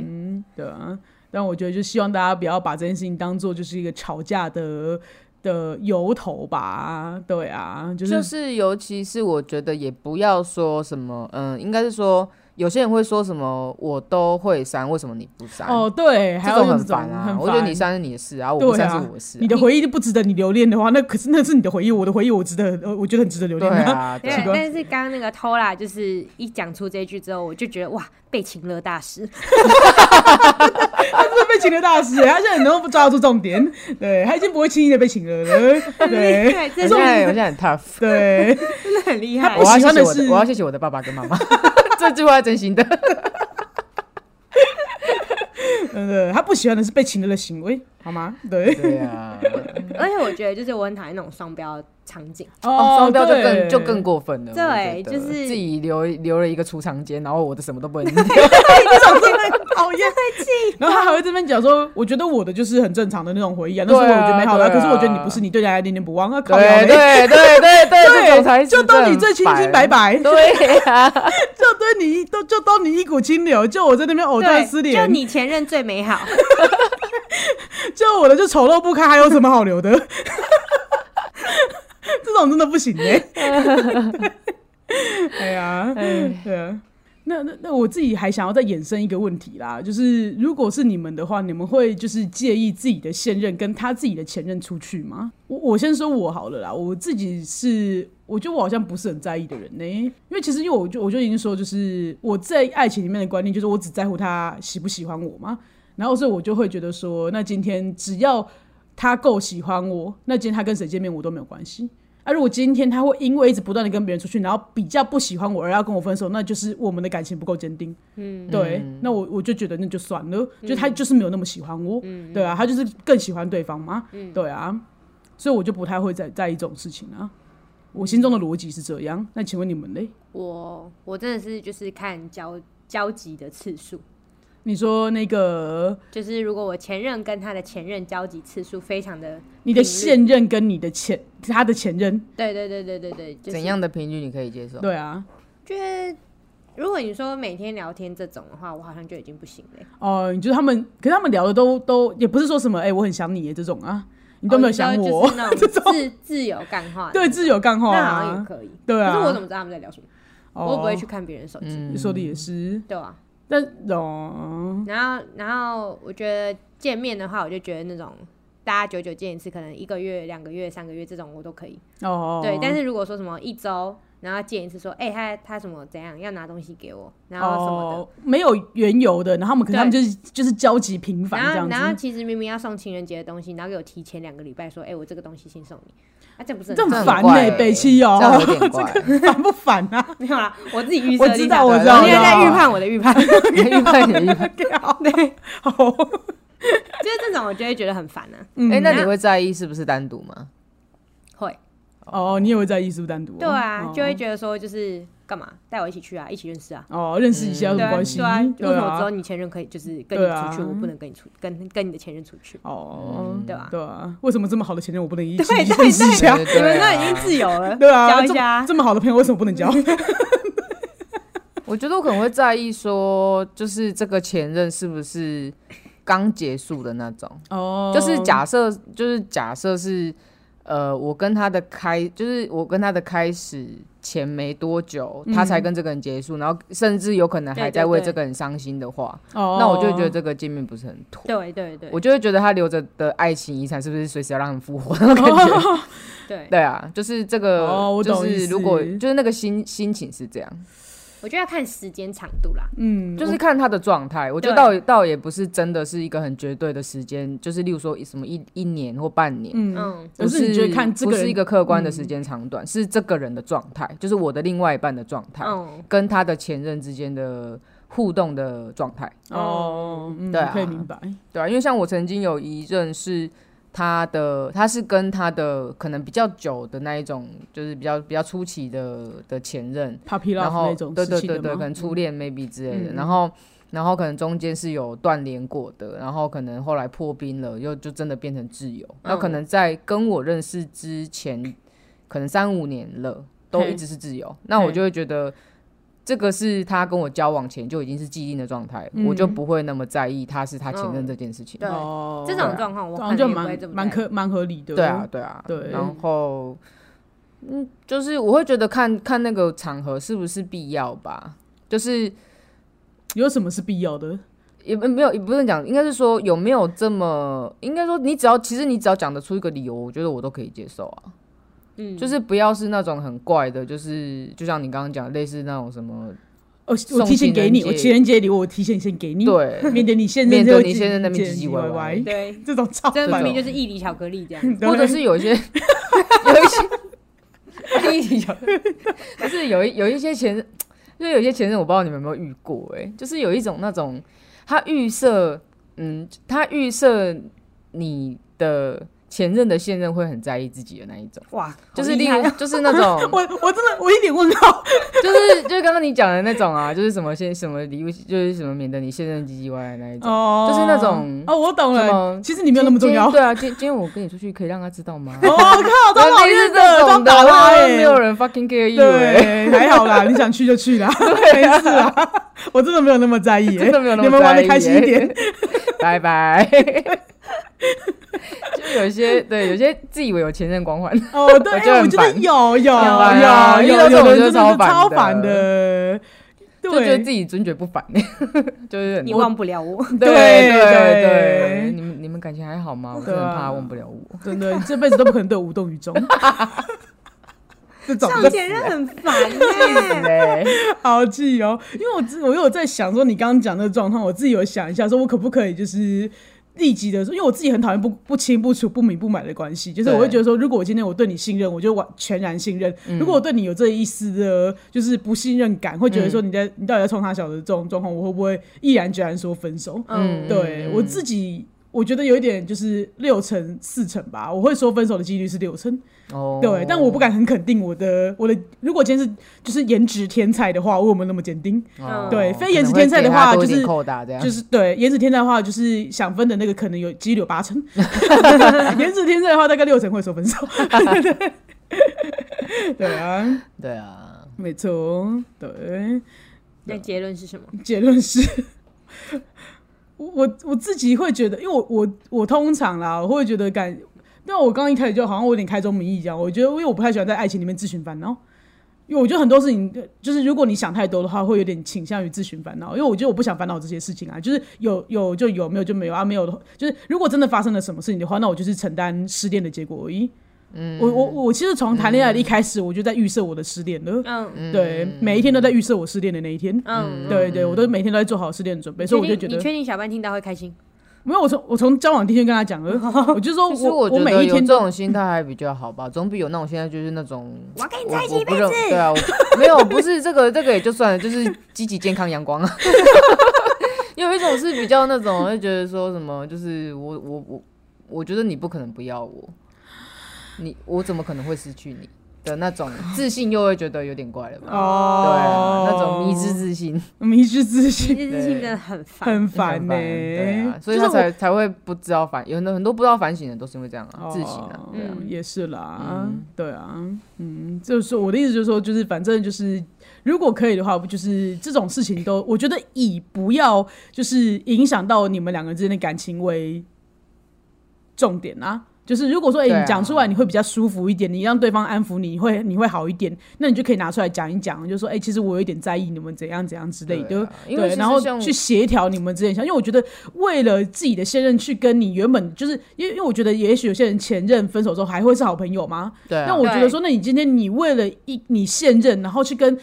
Speaker 1: 对，对啊，但我觉得就希望大家不要把这件事情当做就是一个吵架的的由头吧，对啊，就是
Speaker 3: 就是尤其是我觉得也不要说什么，嗯，应该是说有些人会说什么我都会删，为什么你不删？
Speaker 1: 哦，对，还
Speaker 3: 这
Speaker 1: 有
Speaker 3: 种
Speaker 1: 那
Speaker 3: 很烦啊
Speaker 1: 很！
Speaker 3: 我觉得
Speaker 1: 烦
Speaker 3: 你删是你的事啊，我
Speaker 1: 对
Speaker 3: 不删
Speaker 1: 啊
Speaker 3: 是我的事
Speaker 1: 你
Speaker 3: 啊。
Speaker 1: 的回忆就不值得你留恋的话，那可是那是你的回忆，我的回忆我值得，呃我觉得很值得留
Speaker 3: 对
Speaker 1: 恋啊。
Speaker 3: 啊，
Speaker 2: 对
Speaker 3: 对啊，
Speaker 1: 奇怪
Speaker 2: 但是刚刚那个偷啦，就是一讲出这句之后，我就觉得哇，被情勒大师，
Speaker 1: 他真的被请了大师，欸他现在很能够抓住重点，对他已经不会轻易的被请了 了，对
Speaker 2: 对，
Speaker 3: 我
Speaker 2: 真
Speaker 3: 现在我
Speaker 2: 的
Speaker 3: 现在很 tough，
Speaker 1: 对，
Speaker 2: 真的很厉
Speaker 1: 他
Speaker 2: 害
Speaker 1: 不
Speaker 3: 我。要
Speaker 1: 喜
Speaker 3: 谢
Speaker 1: 欢
Speaker 3: 谢
Speaker 1: 的
Speaker 3: 我的，
Speaker 1: 是
Speaker 3: 我要谢谢我的爸爸跟妈 妈。这句话真心的，
Speaker 1: 真的，他不喜欢的是被请了的行为，好吗？对，
Speaker 3: 对啊，
Speaker 2: 而且我觉得，就是我很讨厌那种双标场景，
Speaker 3: 哦，双标就更就更
Speaker 1: 过，
Speaker 3: 过分了。我
Speaker 2: 对
Speaker 3: 觉得
Speaker 2: 就是
Speaker 3: 自己留留了一个储藏间，然后我的什么都 不能
Speaker 1: 这种真的很哦讨 厌，然后他还会这边讲说，我觉得我的就是很正常的那种回忆啊，那是我
Speaker 3: 对啊
Speaker 1: 觉得美好的啊，
Speaker 3: 对
Speaker 1: 可
Speaker 3: 啊
Speaker 1: 是我觉得你不是，你对人家念念不忘啊，靠腰
Speaker 3: 对
Speaker 1: 嘞
Speaker 3: 对对对对，这种才
Speaker 1: 对，
Speaker 3: 是
Speaker 1: 就都你
Speaker 3: 正
Speaker 1: 最清清
Speaker 3: 版
Speaker 1: 白。白，
Speaker 3: 对 啊，
Speaker 1: 就对你都就都你一股清流，就我在那边藕断丝
Speaker 2: 对，就
Speaker 1: 连，
Speaker 2: 你前任最 美好，
Speaker 1: 就我的就丑陋不堪，还有什么好留的？ 这种真的不行哎、哎呀，对啊。那那那我自己还想要再衍生一个问题啦，就是如果是你们的话，你们会就是介意自己的现任跟他自己的前任出去吗？我我先说我好了啦，我自己是我觉得我好像不是很在意的人呢、因为其实因为我就我就已经说，就是我在爱情里面的观念就是我只在乎他喜不喜欢我嘛，然后所以我就会觉得说，那今天只要他够喜欢我，那今天他跟谁见面我都没有关系。啊，如果今天他会因为一直不断的跟别人出去，然后比较不喜欢我而要跟我分手，那就是我们的感情不够坚定。嗯，对，那我我就觉得那就算了，就他就是没有那么喜欢我，对啊，他就是更喜欢对方嘛，对啊，所以我就不太会在在意这种事情啊。我心中的逻辑是这样，那请问你们嘞？
Speaker 2: 我我真的是就是看交交集的次数，
Speaker 1: 你说那个
Speaker 2: 就是如果我前任跟他的前任交集次数非常的，
Speaker 1: 你的现任跟你的前他的前任，
Speaker 2: 对对对对对对，就是、
Speaker 3: 怎样的频率你可以接受？
Speaker 1: 对啊，
Speaker 2: 觉得如果你说每天聊天这种的话，我好像就已经不行了、欸。
Speaker 1: 哦、你就是他们，可是他们聊的都都也不是说什么哎、我很想你耶这种啊，你都没有想
Speaker 2: 哦
Speaker 1: 我，
Speaker 2: 你知道就是那种自自由干话 的，
Speaker 1: 对，自有干话
Speaker 2: 那好像也
Speaker 1: 啊，
Speaker 2: 可以。
Speaker 1: 对啊哦
Speaker 2: 可是我怎么知道他们在聊什么？我又不会去看别人手机，
Speaker 3: 嗯
Speaker 1: 你说的也是，
Speaker 2: 对啊。
Speaker 1: 但哦，
Speaker 2: 然后，然后我觉得见面的话，我就觉得那种大家久久见一次，可能一个月、两个月、三个月这种我都可以。
Speaker 1: 哦，
Speaker 2: 对，但是如果说什么一周，然后见一次，说，哎、他他什么怎样要拿东西给我，然后什么的。
Speaker 1: 哦，没有缘由的，然后他们可能他们就是就是交集频繁这
Speaker 2: 然后，
Speaker 1: 样
Speaker 2: 然后
Speaker 1: 子，
Speaker 2: 其实明明要送情人节的东西，然后给我提前两个礼拜说，哎、我这个东西先送你，啊，这不是很
Speaker 1: 这
Speaker 2: 糟
Speaker 1: 很
Speaker 3: 很
Speaker 1: 烦
Speaker 3: 怪
Speaker 1: 呢，北七哦
Speaker 3: 这样有点， 怪
Speaker 1: 这个烦不烦啊？
Speaker 2: 没有啦，我自己预
Speaker 1: 我
Speaker 2: 设
Speaker 1: 知
Speaker 2: 立
Speaker 1: 道
Speaker 2: 场，
Speaker 1: 我知
Speaker 3: 对啊
Speaker 1: 道，哦
Speaker 2: 你
Speaker 1: 我
Speaker 2: 也
Speaker 1: 知道
Speaker 2: 在预，判我的 预判，就是
Speaker 3: 预判也预判。
Speaker 1: 啊好，
Speaker 2: 这种我就会觉得很烦啊。
Speaker 1: 嗯
Speaker 3: 哎、那你会在意是不是单独吗？
Speaker 2: 会，
Speaker 1: 哦，你也会在艺术单独哦，
Speaker 2: 对啊
Speaker 1: 哦，
Speaker 2: 就会觉得说就是干嘛带我一起去啊，一起认识啊。
Speaker 1: 哦，认识一下有
Speaker 2: 对
Speaker 1: 什么
Speaker 2: 啊，
Speaker 1: 关系？
Speaker 2: 对啊，为什
Speaker 1: 对
Speaker 2: 么我只有
Speaker 1: 啊，
Speaker 2: 你前任可以就是跟你
Speaker 1: 对啊
Speaker 2: 出去，我不能跟你出，跟跟你的前任出去？
Speaker 1: 哦，
Speaker 2: 对吧
Speaker 1: 对啊，为什么这么好的前任我不能一起
Speaker 2: 对 对
Speaker 1: 认识一下？
Speaker 3: 对
Speaker 2: 你们都
Speaker 3: 啊
Speaker 2: 已经自由 了，
Speaker 1: 对啊，
Speaker 2: 交一
Speaker 1: 这
Speaker 2: 下
Speaker 1: 么
Speaker 2: 啊。
Speaker 1: 这么好的朋友为什么不能交？
Speaker 3: 我觉得我可能会在意说，就是这个前任是不是刚结束的那种。
Speaker 1: 哦
Speaker 3: 就是假设，就是假设是，呃，我跟他的开，就是我跟他的开始前没多久，他
Speaker 1: 嗯
Speaker 3: 才跟这个人结束，然后甚至有可能还
Speaker 2: 对对
Speaker 3: 在为
Speaker 2: 对
Speaker 3: 这个人伤心的话，
Speaker 1: 哦，
Speaker 3: 那我就会觉得这个见面不是很妥。
Speaker 2: 对对对
Speaker 3: 我就会觉得他留着的爱情遗产是不是随时要让人复活那种感觉？
Speaker 2: 对，
Speaker 3: 对啊，就是这个，
Speaker 1: 哦我
Speaker 3: 就
Speaker 1: 懂意
Speaker 3: 是
Speaker 1: 思
Speaker 3: 如果就是那个心心情是这样，
Speaker 2: 我觉得要看时间长度啦。
Speaker 1: 嗯，
Speaker 3: 就是看他的状态。我觉得
Speaker 2: 对
Speaker 3: 倒倒也不是真的是一个很绝对的时间，就是例如说什么一一年或半年，
Speaker 1: 嗯，
Speaker 2: 嗯，
Speaker 1: 可
Speaker 3: 不
Speaker 1: 是你觉得看这
Speaker 3: 不
Speaker 1: 个
Speaker 3: 是
Speaker 1: 人
Speaker 3: 一个嗯客观的时间长短，是这个人的状态，就是我的另外一半的状态，
Speaker 2: 嗯，
Speaker 3: 跟他的前任之间的互动的状态，
Speaker 1: 哦，嗯
Speaker 3: 对啊
Speaker 1: 可以明白，
Speaker 3: 对啊，因为像我曾经有一任是。他的他是跟他的可能比较久的那一种，就是比较比较初期的的前任，
Speaker 1: puppy
Speaker 3: 然
Speaker 1: love
Speaker 3: 后
Speaker 1: 那种
Speaker 3: 对
Speaker 1: 时
Speaker 3: 对
Speaker 1: 期
Speaker 3: 对
Speaker 1: 的
Speaker 3: 对，可
Speaker 1: 吗
Speaker 3: 能初恋 maybe 之类的，
Speaker 1: 嗯
Speaker 3: 然后然后可能中间是有断联过的，然后可能后来破冰了，又就真的变成挚友。那、
Speaker 1: 嗯
Speaker 3: 可能在跟我认识之前，可能三五年了，都
Speaker 1: 嘿
Speaker 3: 一直是挚友，那我
Speaker 1: 嘿
Speaker 3: 就会觉得。这个是他跟我交往前就已经是既定的状态，
Speaker 1: 嗯
Speaker 3: 我就不会那么在意他是他前任
Speaker 2: 嗯
Speaker 3: 这件事情。
Speaker 2: 对
Speaker 1: 哦，
Speaker 2: 这种状况我
Speaker 1: 这
Speaker 2: 可
Speaker 1: 样就
Speaker 2: 能也不会
Speaker 1: 蛮
Speaker 2: 这么
Speaker 1: 蛮
Speaker 2: 在意
Speaker 1: 可蛮合理的，
Speaker 3: 对啊，，对啊，
Speaker 1: 对
Speaker 3: 然后，嗯，就是我会觉得看看那个场合是不是必要吧，就是
Speaker 1: 有什么是必要的？
Speaker 3: 也不没有，也不能讲，应该是说有没有这么，应该说你只要其实你只要讲得出一个理由，我觉得我都可以接受啊。
Speaker 2: 嗯，
Speaker 3: 就是不要是那种很怪的，就是就像你刚刚讲，类似那种什么
Speaker 1: 哦，
Speaker 3: 送
Speaker 1: 我提前
Speaker 3: 情
Speaker 1: 给
Speaker 3: 人
Speaker 1: 你，
Speaker 3: 节
Speaker 1: 我情人节礼物我提前先给你，，
Speaker 3: 对
Speaker 1: 免得你现任
Speaker 3: 面
Speaker 1: 就
Speaker 3: 对
Speaker 1: 会
Speaker 3: 你
Speaker 1: 唧
Speaker 3: 现在那边
Speaker 1: 唧
Speaker 3: 唧唧
Speaker 1: 歪
Speaker 3: 歪歪，
Speaker 2: 对，
Speaker 1: 这种超
Speaker 2: 这
Speaker 1: 烦
Speaker 2: 明明
Speaker 3: 种
Speaker 2: 就是一粒巧克力这 样。
Speaker 1: 对
Speaker 3: 或者是有一些有一些有一些就是有一有一些前任，就是有一些前任，我不知道你们有没有遇过、欸，就是有一种那种他预设，嗯，他预设你的前任的现任会很在意自己的那一种，
Speaker 2: 哇，
Speaker 3: 就是
Speaker 2: 好厉
Speaker 3: 例
Speaker 2: 害哦
Speaker 3: 如就是那种
Speaker 1: 我我真的我一点问 号，
Speaker 3: 就是就是刚刚你讲的那种啊，就是什么先什么礼物，就是什么免得你现任唧唧歪歪那一种。
Speaker 1: 哦，
Speaker 3: 就是那种
Speaker 1: 哦，我懂
Speaker 3: 什
Speaker 1: 了，
Speaker 3: 么
Speaker 1: 其实你没有那么重要
Speaker 3: 今天。对啊，今今天我跟你出去，可以让他知道吗？
Speaker 1: 哦靠，
Speaker 3: 对
Speaker 1: 超讨
Speaker 3: 类
Speaker 1: 厌
Speaker 3: 似这
Speaker 1: 超
Speaker 3: 种的，
Speaker 1: 打他
Speaker 3: 然后
Speaker 1: 欸
Speaker 3: 没有人 fucking care you，欸
Speaker 1: 对，还好啦，你想去就 去啦，没事啦，我真的没有那么在意欸，
Speaker 3: 啊真的没有那
Speaker 1: 你
Speaker 3: 么
Speaker 1: 们玩
Speaker 3: 在
Speaker 1: 的
Speaker 3: 意
Speaker 1: 开心一点，
Speaker 3: 拜拜。就有些对，有些自以为有前任光环，
Speaker 1: 哦，对，
Speaker 3: 我
Speaker 1: 哎
Speaker 3: 觉得
Speaker 1: 我
Speaker 3: 很
Speaker 1: 觉得
Speaker 3: 烦
Speaker 1: 有有
Speaker 3: 很烦啊
Speaker 1: 有
Speaker 3: 遇到
Speaker 1: 有
Speaker 3: 这种
Speaker 1: 有人
Speaker 3: 就
Speaker 1: 真的
Speaker 3: 超
Speaker 1: 是
Speaker 3: 烦
Speaker 1: 超
Speaker 3: 的
Speaker 1: 烦的，
Speaker 3: 就觉得自
Speaker 1: 对，
Speaker 3: 己尊爵不凡，欸就是很
Speaker 2: 你忘不了 我。
Speaker 3: 对
Speaker 1: 对
Speaker 3: 对
Speaker 1: 对
Speaker 3: 你们你们感情还好吗？我真
Speaker 1: 对
Speaker 3: 的
Speaker 1: 啊
Speaker 3: 很怕忘不了我。
Speaker 1: 真的你这辈子都不可能对我无动于 衷。这种
Speaker 2: 上前任很烦 耶，
Speaker 3: 对，
Speaker 1: 好气哦，因为我自我有在想说，你刚刚讲的状况，我自己有想一下，说我可不可以就是立即的说，因为我自己很讨厌不不清不楚、不明不白的关系，就是
Speaker 3: 对
Speaker 1: 我会觉得说，如果我今天我对你信任，我就完全然信任；如果我对你有这一丝的，就是不信任感，会觉得说你在、你到底在冲他小的这种状况，我会不会毅然决然说分手？
Speaker 2: 嗯，
Speaker 1: 对我自己。我觉得有一点就是六成四成吧，我会说分手的几率是六成，
Speaker 3: 哦，
Speaker 1: 对，但我不敢很肯定我的我的，如果今天是就是颜值天才的话，我有没有那么坚定？
Speaker 3: 哦，
Speaker 1: 对
Speaker 3: 可
Speaker 1: 非
Speaker 3: 能
Speaker 1: 颜值
Speaker 3: 会
Speaker 1: 天才
Speaker 3: 给
Speaker 1: 的
Speaker 3: 他
Speaker 1: 话
Speaker 3: 多一
Speaker 1: 就
Speaker 3: 点
Speaker 1: 是
Speaker 3: 扣打这样，
Speaker 1: 就是对颜值天才的话，就是想分的那个可能有几率有八成， 颜值天才的话大概六成会说分手， 对啊，
Speaker 3: 对啊，
Speaker 1: 没错，对，
Speaker 2: 那结论是什么？
Speaker 1: 结论是， 我我我自己会觉得，因为我我我通常啦，我会觉得感，但我刚一开始就好像我有点开宗明义一样，我觉得因为我不太喜欢在爱情里面自寻烦恼，因为我觉得很多事情就是如果你想太多的话，会有点倾向于自寻烦恼，因为我觉得我不想烦恼这些事情啊，就是有有就有，没有就没有啊，没有的话，就是如果真的发生了什么事情的话，那我就是承担失恋的结果而已。嗯，我我我其实从谈恋爱的一开始，我就在预设我的失恋了。
Speaker 2: 嗯
Speaker 1: 对，每一天都在预设我失恋的那一天。
Speaker 2: 嗯，
Speaker 1: 对对，我都每天都在做好失恋的准备，所以我就
Speaker 2: 确
Speaker 1: 觉
Speaker 2: 定你
Speaker 1: 得
Speaker 2: 确定小班听到会 开心？
Speaker 1: 没有。我从我从交往第一天跟他 讲了，我就说
Speaker 3: 其实
Speaker 1: 我
Speaker 3: 觉
Speaker 1: 每
Speaker 3: 得
Speaker 1: 一
Speaker 3: 有
Speaker 1: 天
Speaker 3: 这
Speaker 1: 都
Speaker 3: 种心态还比较好吧，总比有那种现在就是那种
Speaker 2: 我要跟你
Speaker 3: 我
Speaker 2: 在一起一
Speaker 3: 我
Speaker 2: 辈
Speaker 3: 不
Speaker 2: 子
Speaker 3: 认。对啊，我没有不是这个这个也就算了，就是积极健康阳光啊。 有一种是比较那种会觉得说什么，就是我我我我觉得你不可能不要我，你我怎么可能会失去你的那种自信，又会觉得有点怪了吧？对
Speaker 1: 哦
Speaker 3: 啊，，那种迷之自信
Speaker 1: 嗯迷之自
Speaker 2: 其
Speaker 1: 信
Speaker 2: 实真的很烦，
Speaker 1: 很烦呢、
Speaker 3: 对啊，所以
Speaker 1: 就是
Speaker 3: 他
Speaker 1: 我
Speaker 3: 才才会不知道反，有很多很多不知道反省的都是因为这样啊，自省啊。
Speaker 1: 哦
Speaker 2: 对啊
Speaker 1: 也是啦，
Speaker 3: 嗯
Speaker 1: 对啊，嗯，就是我的意思就是说，就是反正就是，如果可以的话，就是这种事情都，我觉得以不要就是影响到你们两个之间的感情为重点啊。就是如果说，哎、
Speaker 3: 对啊
Speaker 1: 你讲出来你会比较舒服一点，你让对方安抚你，你会你会好一点，那你就可以拿出来讲一讲，就说，哎、其实我有一点在意你们怎样怎样之类
Speaker 3: 对
Speaker 1: 的
Speaker 3: 啊，因为
Speaker 1: 对，
Speaker 3: 其实
Speaker 1: 然后
Speaker 3: 像
Speaker 1: 去协调你们之间的想，因为我觉得为了自己的现任去跟你原本就是，因为因为我觉得也许有些人前任分手之后还会是好朋友吗？
Speaker 3: 对啊，
Speaker 1: 那我觉得说，那你今天你为了一你现任，然后去跟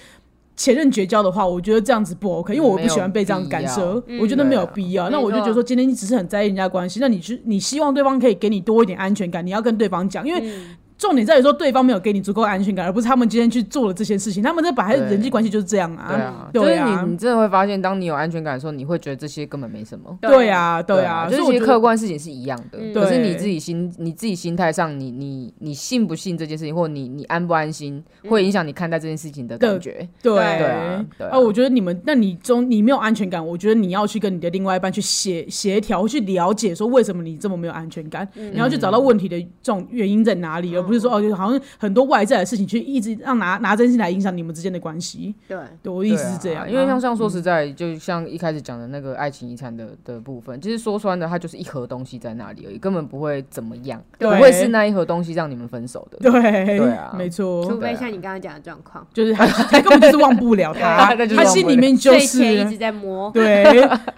Speaker 1: 前任绝交的话，我觉得这样子不 OK，因为我不喜欢被这样干
Speaker 3: 嗯没有
Speaker 1: 涉
Speaker 2: 必，要
Speaker 1: 我觉得
Speaker 3: 嗯
Speaker 1: 没有必要。
Speaker 2: 对啊
Speaker 1: 那我就觉得说，
Speaker 2: 没
Speaker 1: 今天你只是很在意人家的关系，那你去你希望对方可以给你多一点安全感，你要跟对方讲，因为
Speaker 2: 嗯
Speaker 1: 重点在于说对方没有给你足够的安全感，而不是他们今天去做了这些事情，他们在本来
Speaker 3: 对
Speaker 1: 人际关系就是这样
Speaker 3: 对啊，就
Speaker 1: 对
Speaker 3: 是
Speaker 1: 啊
Speaker 3: 你你真的会发现，当你有安全感的时候，你会觉得这些根本没什么。
Speaker 1: 对啊，对啊，所
Speaker 3: 就
Speaker 1: 以
Speaker 3: 是
Speaker 1: 我
Speaker 3: 其
Speaker 1: 觉得
Speaker 3: 实客观事情是一样的
Speaker 2: 嗯，
Speaker 3: 可是你
Speaker 1: 对
Speaker 3: 自己心你自己心态上，你你你信不信这件事情，或你你安不安心，会影响你看待这件事情的感觉。
Speaker 1: 对
Speaker 3: 对啊对啊
Speaker 1: 我觉得你们，那你中你没有安全感，我觉得你要去跟你的另外一半去协协调，去了解说为什么你这么没有安全感，你要去找到问题的这种原因在哪里，而不是说哦，就好像很多外在的事情去一直让拿拿这件事情来影响你们之间的关系。
Speaker 2: 对，
Speaker 1: 对，我的
Speaker 3: 对
Speaker 1: 意
Speaker 3: 啊
Speaker 1: 思是这样啊，
Speaker 3: 因为像像说实在，就像一开始讲的那个爱情遗产的的部分，其实说穿了，它就是一盒东西在那里而已，根本不会怎么样，不
Speaker 1: 对
Speaker 3: 会是那一盒东西让你们分手的。
Speaker 1: 对
Speaker 3: 对啊
Speaker 1: 没
Speaker 2: 除
Speaker 1: 错，
Speaker 2: 非像你刚刚讲的状况，
Speaker 1: 就是他他根本就是忘不了他，
Speaker 3: 对那就是
Speaker 1: 他
Speaker 3: 忘不
Speaker 1: 心
Speaker 3: 了
Speaker 1: 里面就
Speaker 2: 睡前一
Speaker 1: 是
Speaker 2: 直在摸，
Speaker 1: 对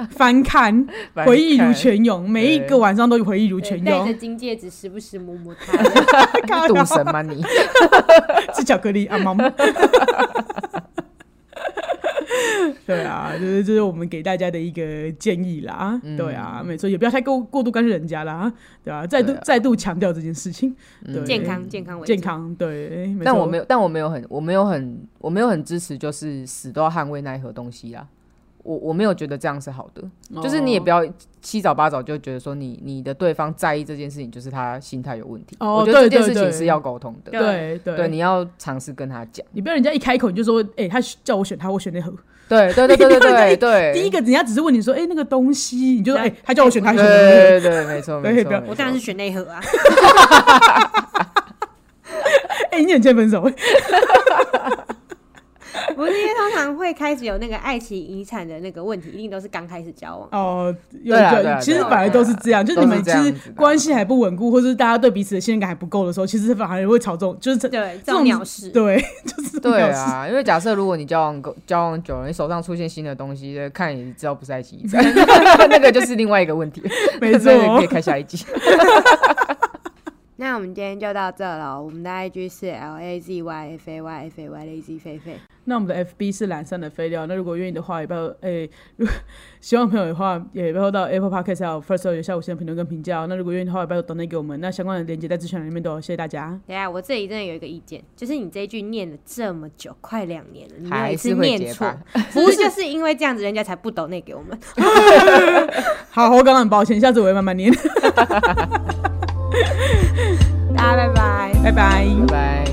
Speaker 1: 翻看
Speaker 3: 反正
Speaker 1: 回忆如
Speaker 3: 看
Speaker 1: 泉涌，每一
Speaker 3: 对
Speaker 1: 个晚上都回忆如
Speaker 2: 对
Speaker 1: 泉
Speaker 2: 戴
Speaker 1: 涌
Speaker 2: 着。金戒指，时不时摸摸它。
Speaker 1: 看
Speaker 3: 赌神吗你？
Speaker 1: 吃巧克力啊，妈妈。 对啊，就是这、就是我们给大家的一个建议啦。
Speaker 3: 嗯
Speaker 1: 对啊，没错，也不要太过过度干涉人家啦。对啊，再度、
Speaker 3: 对啊
Speaker 1: 再度强调这件事情， 对
Speaker 2: 健康健康为主
Speaker 1: 健，康对。没
Speaker 3: 嗯但
Speaker 1: 错
Speaker 3: 我没有，但我没有很，我没有很，我没有很支持，就是死都要捍卫那一盒东西啊。我我没有觉得这样是好的，
Speaker 1: 哦
Speaker 3: 就是你也不要七早八早就觉得说你你的对方在意这件事情，就是他心态有问题。
Speaker 1: 哦
Speaker 3: 我觉得
Speaker 1: 对
Speaker 3: 这件
Speaker 1: 对
Speaker 3: 事情
Speaker 1: 对
Speaker 3: 是要沟通的，
Speaker 1: 哦对对
Speaker 3: 对，你要尝试跟他讲。
Speaker 1: 你不要人家一开口你就说，哎、他叫我选他，我选那盒。
Speaker 3: 对对对对对对对，
Speaker 1: 第一个人家只是 问你说，哎、那个东西，你就说，哎、
Speaker 2: 对
Speaker 1: 他叫我选他，
Speaker 3: 对
Speaker 1: 选那盒。
Speaker 3: 对对对，没错没
Speaker 1: 对对
Speaker 3: 错，
Speaker 2: 我当然是选那一盒啊，
Speaker 1: 哎、你很欠分手。
Speaker 2: 不是因为通常会开始有那个爱情遗产的那个问题，一定都是刚开始交往。
Speaker 1: 哦，有
Speaker 3: 对啊对
Speaker 1: 有，
Speaker 3: 啊
Speaker 1: 其实
Speaker 3: 对啊
Speaker 1: 反而都是这样，就
Speaker 3: 对啊
Speaker 1: 是你们其
Speaker 3: 都是这样
Speaker 1: 实
Speaker 3: 子的
Speaker 1: 关系还不稳固，或是大家对彼此的信任感还不够的时候，其实反而会吵这种，就是这
Speaker 2: 对，这
Speaker 1: 这种
Speaker 2: 种鸟事，
Speaker 1: 对， 就是
Speaker 3: 对
Speaker 1: 没有事，
Speaker 3: 啊，因为假设如果你交往够交往久了，你手上出现新的东西，呃看也知道不是爱情 遗 产， 那个就是另外一个问题。
Speaker 1: 没
Speaker 3: 那个可以
Speaker 1: 错，
Speaker 3: 开下一集。
Speaker 2: 那我们今天就到这了，我们的 IG 是 L A Z Y F A Y F A Y Lazy 菲菲。
Speaker 1: 那我们的 FB 是懒散的废料。那如果愿意的话，也不要诶、如果希望朋友的话，也不要到 Apple Podcast 还有 First Story 留下五星的评论跟评价哦。那如果愿意的话，也不要等内给我们。那相关的链接在资讯栏里面都有，谢谢大 家。
Speaker 2: 等一下，我这里真的有一个意见，就是你这一句念了这么久，快两年了，你没有
Speaker 3: 还
Speaker 2: 一次
Speaker 3: 是会
Speaker 2: 念
Speaker 3: 结
Speaker 2: 错
Speaker 3: 巴，
Speaker 2: 不是就是因为这样子，人家才不抖内给我们。
Speaker 1: 好，我刚刚很抱歉，下次我会慢慢念，
Speaker 2: 大家拜拜。
Speaker 1: 拜拜。
Speaker 3: 拜拜。